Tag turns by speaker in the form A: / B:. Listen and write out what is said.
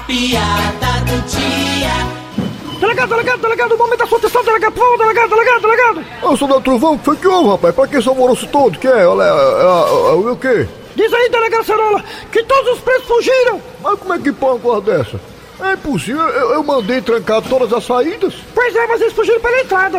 A: piada do dia.
B: Delegado, delegado, delegado, o momento da sua atenção, delegado, por favor, delegado, delegado, delegado.
C: Eu sou da Trovão, que foi que houve, rapaz? Pra que esse alvoroço todo? Que é? Olha, é, é, é, é o quê?
B: Diz aí, delegado Cerola, que todos os presos fugiram.
C: Mas como é que põe uma coisa dessa? É impossível, eu, eu mandei trancar todas as saídas.
B: Pois é, mas eles fugiram pela entrada.